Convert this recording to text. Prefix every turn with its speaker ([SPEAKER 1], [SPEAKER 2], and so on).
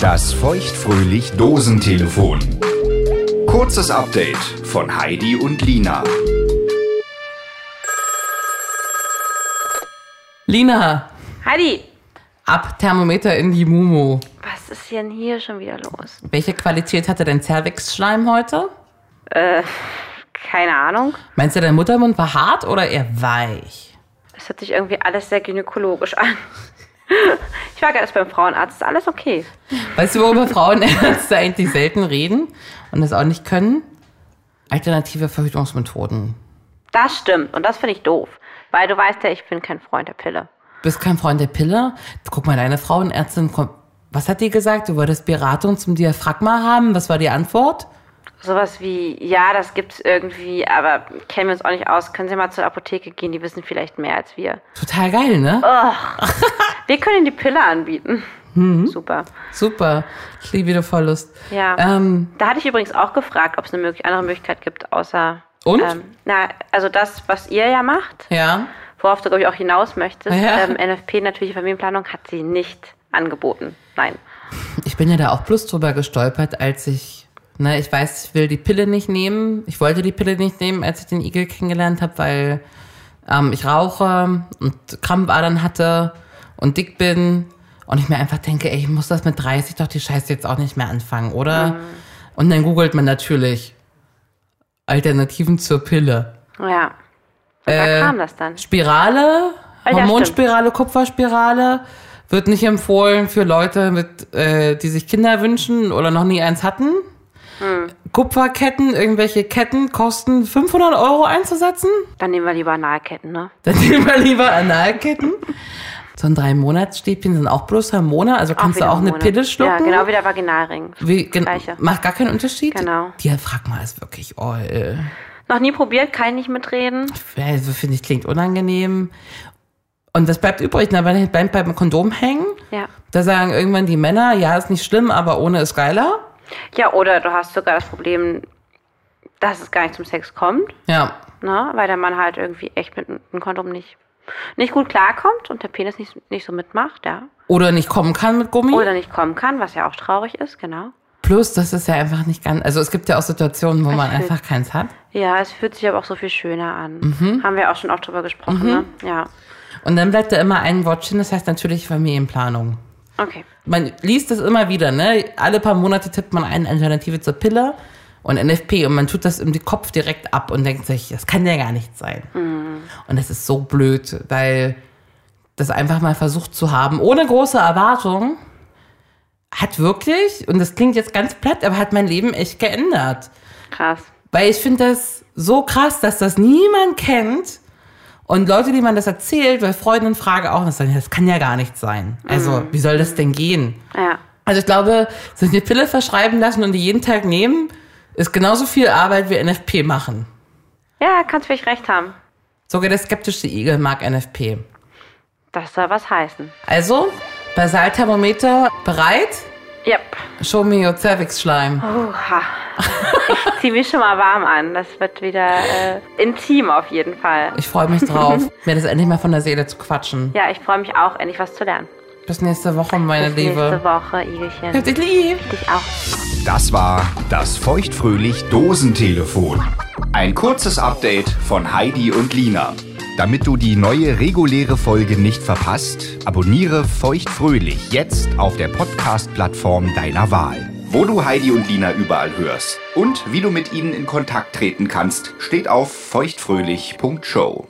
[SPEAKER 1] Das feuchtfröhlich Dosentelefon. Kurzes Update von Heidi und Lina.
[SPEAKER 2] Lina,
[SPEAKER 3] Heidi,
[SPEAKER 2] ab Thermometer in die Mumu.
[SPEAKER 3] was ist denn hier schon wieder los?
[SPEAKER 2] Welche Qualität hatte dein Cervix-Schleim heute?
[SPEAKER 3] Keine Ahnung.
[SPEAKER 2] Meinst du, dein Muttermund war hart oder eher weich?
[SPEAKER 3] Es hört sich irgendwie alles sehr gynäkologisch an. Ich war gerade erst beim Frauenarzt. Ist alles okay?
[SPEAKER 2] Weißt du, worüber Frauenärzte eigentlich selten reden und das auch nicht können? Alternative Verhütungsmethoden.
[SPEAKER 3] Das stimmt. Und das finde ich doof. Weil du weißt ja, ich bin kein Freund der Pille.
[SPEAKER 2] Bist kein Freund der Pille? Guck mal, deine Frauenärztin kommt. Was hat die gesagt? Du wolltest Beratung zum Diaphragma haben? Was war die Antwort?
[SPEAKER 3] Sowas wie, ja, das gibt's irgendwie, aber kennen wir uns auch nicht aus. Können Sie mal zur Apotheke gehen? Die wissen vielleicht mehr als wir.
[SPEAKER 2] Total geil, ne?
[SPEAKER 3] Wir können Ihnen die Pille anbieten.
[SPEAKER 2] Mhm.
[SPEAKER 3] Super.
[SPEAKER 2] Super. Ich liebe wieder voll Lust.
[SPEAKER 3] Ja.
[SPEAKER 2] Ähm,
[SPEAKER 3] Da hatte ich übrigens auch gefragt, ob es eine möglich andere Möglichkeit gibt, außer.
[SPEAKER 2] Und?
[SPEAKER 3] Ähm, na, also das, was ihr ja macht.
[SPEAKER 2] ja.
[SPEAKER 3] worauf du, glaube ich, auch hinaus möchtest.
[SPEAKER 2] Ja.
[SPEAKER 3] Ähm, NFP, natürliche Familienplanung, hat sie nicht angeboten. Nein.
[SPEAKER 2] Ich bin ja da auch bloß drüber gestolpert, als ich, ne, ich weiß, ich will die Pille nicht nehmen. Ich wollte die Pille nicht nehmen, als ich den Igel kennengelernt habe, weil ähm, ich rauche und Krampfadern hatte und dick bin. Und ich mir einfach denke, ey, ich muss das mit 30 doch die Scheiße jetzt auch nicht mehr anfangen, oder? Und dann googelt man natürlich Alternativen zur Pille.
[SPEAKER 3] Ja. Und
[SPEAKER 2] Äh,
[SPEAKER 3] da kam das dann.
[SPEAKER 2] Spirale,
[SPEAKER 3] Ah, ja,
[SPEAKER 2] Hormonspirale, Kupferspirale wird nicht empfohlen für Leute, mit, äh, die sich Kinder wünschen oder noch nie eins hatten.
[SPEAKER 3] Hm.
[SPEAKER 2] Kupferketten, irgendwelche Ketten kosten 500 Euro einzusetzen.
[SPEAKER 3] Dann nehmen wir lieber Naheketten, ne?
[SPEAKER 2] Dann nehmen wir lieber Analketten. So ein Drei-Monats-Stäbchen sind auch bloß Hormone, also kannst du
[SPEAKER 3] wieder
[SPEAKER 2] auch eine
[SPEAKER 3] Hormone.
[SPEAKER 2] Pille schlucken.
[SPEAKER 3] Ja, genau wie der Vaginalring.
[SPEAKER 2] Wie, gen
[SPEAKER 3] Gleiche.
[SPEAKER 2] macht gar keinen Unterschied.
[SPEAKER 3] Genau.
[SPEAKER 2] Diaphragma ist wirklich all.
[SPEAKER 3] Noch nie probiert, kann ich nicht mitreden.
[SPEAKER 2] Also finde ich, klingt unangenehm. Und was bleibt übrig? Na, wenn bleibt beim Kondom hängen.
[SPEAKER 3] Ja.
[SPEAKER 2] Da sagen irgendwann die Männer, ja, ist nicht schlimm, aber ohne ist geiler.
[SPEAKER 3] Ja, oder du hast sogar das Problem, dass es gar nicht zum Sex kommt,
[SPEAKER 2] Ja.
[SPEAKER 3] ne? Weil der Mann halt irgendwie echt mit einem Kondom nicht, nicht gut klarkommt und der Penis nicht, nicht so mitmacht, ja.
[SPEAKER 2] Oder nicht kommen kann mit Gummi.
[SPEAKER 3] Oder nicht kommen kann, was ja auch traurig ist, genau.
[SPEAKER 2] Plus, das ist ja einfach nicht ganz. Also es gibt ja auch Situationen, wo man
[SPEAKER 3] fühlt-
[SPEAKER 2] einfach keins hat.
[SPEAKER 3] Ja, es fühlt sich aber auch so viel schöner an. Haben wir auch schon oft drüber gesprochen, ne? Ja.
[SPEAKER 2] Und dann bleibt da immer ein Wort stehen, das heißt natürlich Familienplanung.
[SPEAKER 3] Okay.
[SPEAKER 2] Man liest das immer wieder, ne? Alle paar Monate tippt man eine Alternative zur Pille und NFP und man tut das im Kopf direkt ab und denkt sich, das kann ja gar nicht sein. Und das ist so blöd, weil das einfach mal versucht zu haben, ohne große Erwartung, hat wirklich, und das klingt jetzt ganz platt, aber hat mein Leben echt geändert.
[SPEAKER 3] Krass.
[SPEAKER 2] Weil ich finde das so krass, dass das niemand kennt. Und Leute, die man das erzählt, weil Freundinnen fragen auch, das sagen, das kann ja gar nicht sein. Also, wie soll das denn gehen?
[SPEAKER 3] Ja.
[SPEAKER 2] Also ich glaube, sich eine Pille verschreiben lassen und die jeden Tag nehmen, ist genauso viel Arbeit wie NFP machen.
[SPEAKER 3] Ja, kannst vielleicht recht haben.
[SPEAKER 2] Sogar der skeptische Igel mag NFP.
[SPEAKER 3] Das soll was heißen.
[SPEAKER 2] Also, Basalthermometer bereit?
[SPEAKER 3] Yep.
[SPEAKER 2] Show me your Cervix-Schleim.
[SPEAKER 3] Uha. Ich zieh mich schon mal warm an. Das wird wieder äh, intim auf jeden Fall.
[SPEAKER 2] Ich freue mich drauf, mir das endlich mal von der Seele zu quatschen.
[SPEAKER 3] Ja, ich freue mich auch, endlich was zu lernen.
[SPEAKER 2] Bis nächste Woche, meine
[SPEAKER 3] Bis
[SPEAKER 2] Liebe.
[SPEAKER 3] nächste Woche, Igelchen.
[SPEAKER 2] Ich hab dich lieb.
[SPEAKER 3] Dich auch.
[SPEAKER 1] Das war das feuchtfröhlich Dosentelefon. Ein kurzes Update von Heidi und Lina. Damit du die neue reguläre Folge nicht verpasst, abonniere feuchtfröhlich jetzt auf der Podcast-Plattform deiner Wahl. Wo du Heidi und Lina überall hörst und wie du mit ihnen in Kontakt treten kannst, steht auf feuchtfröhlich.show.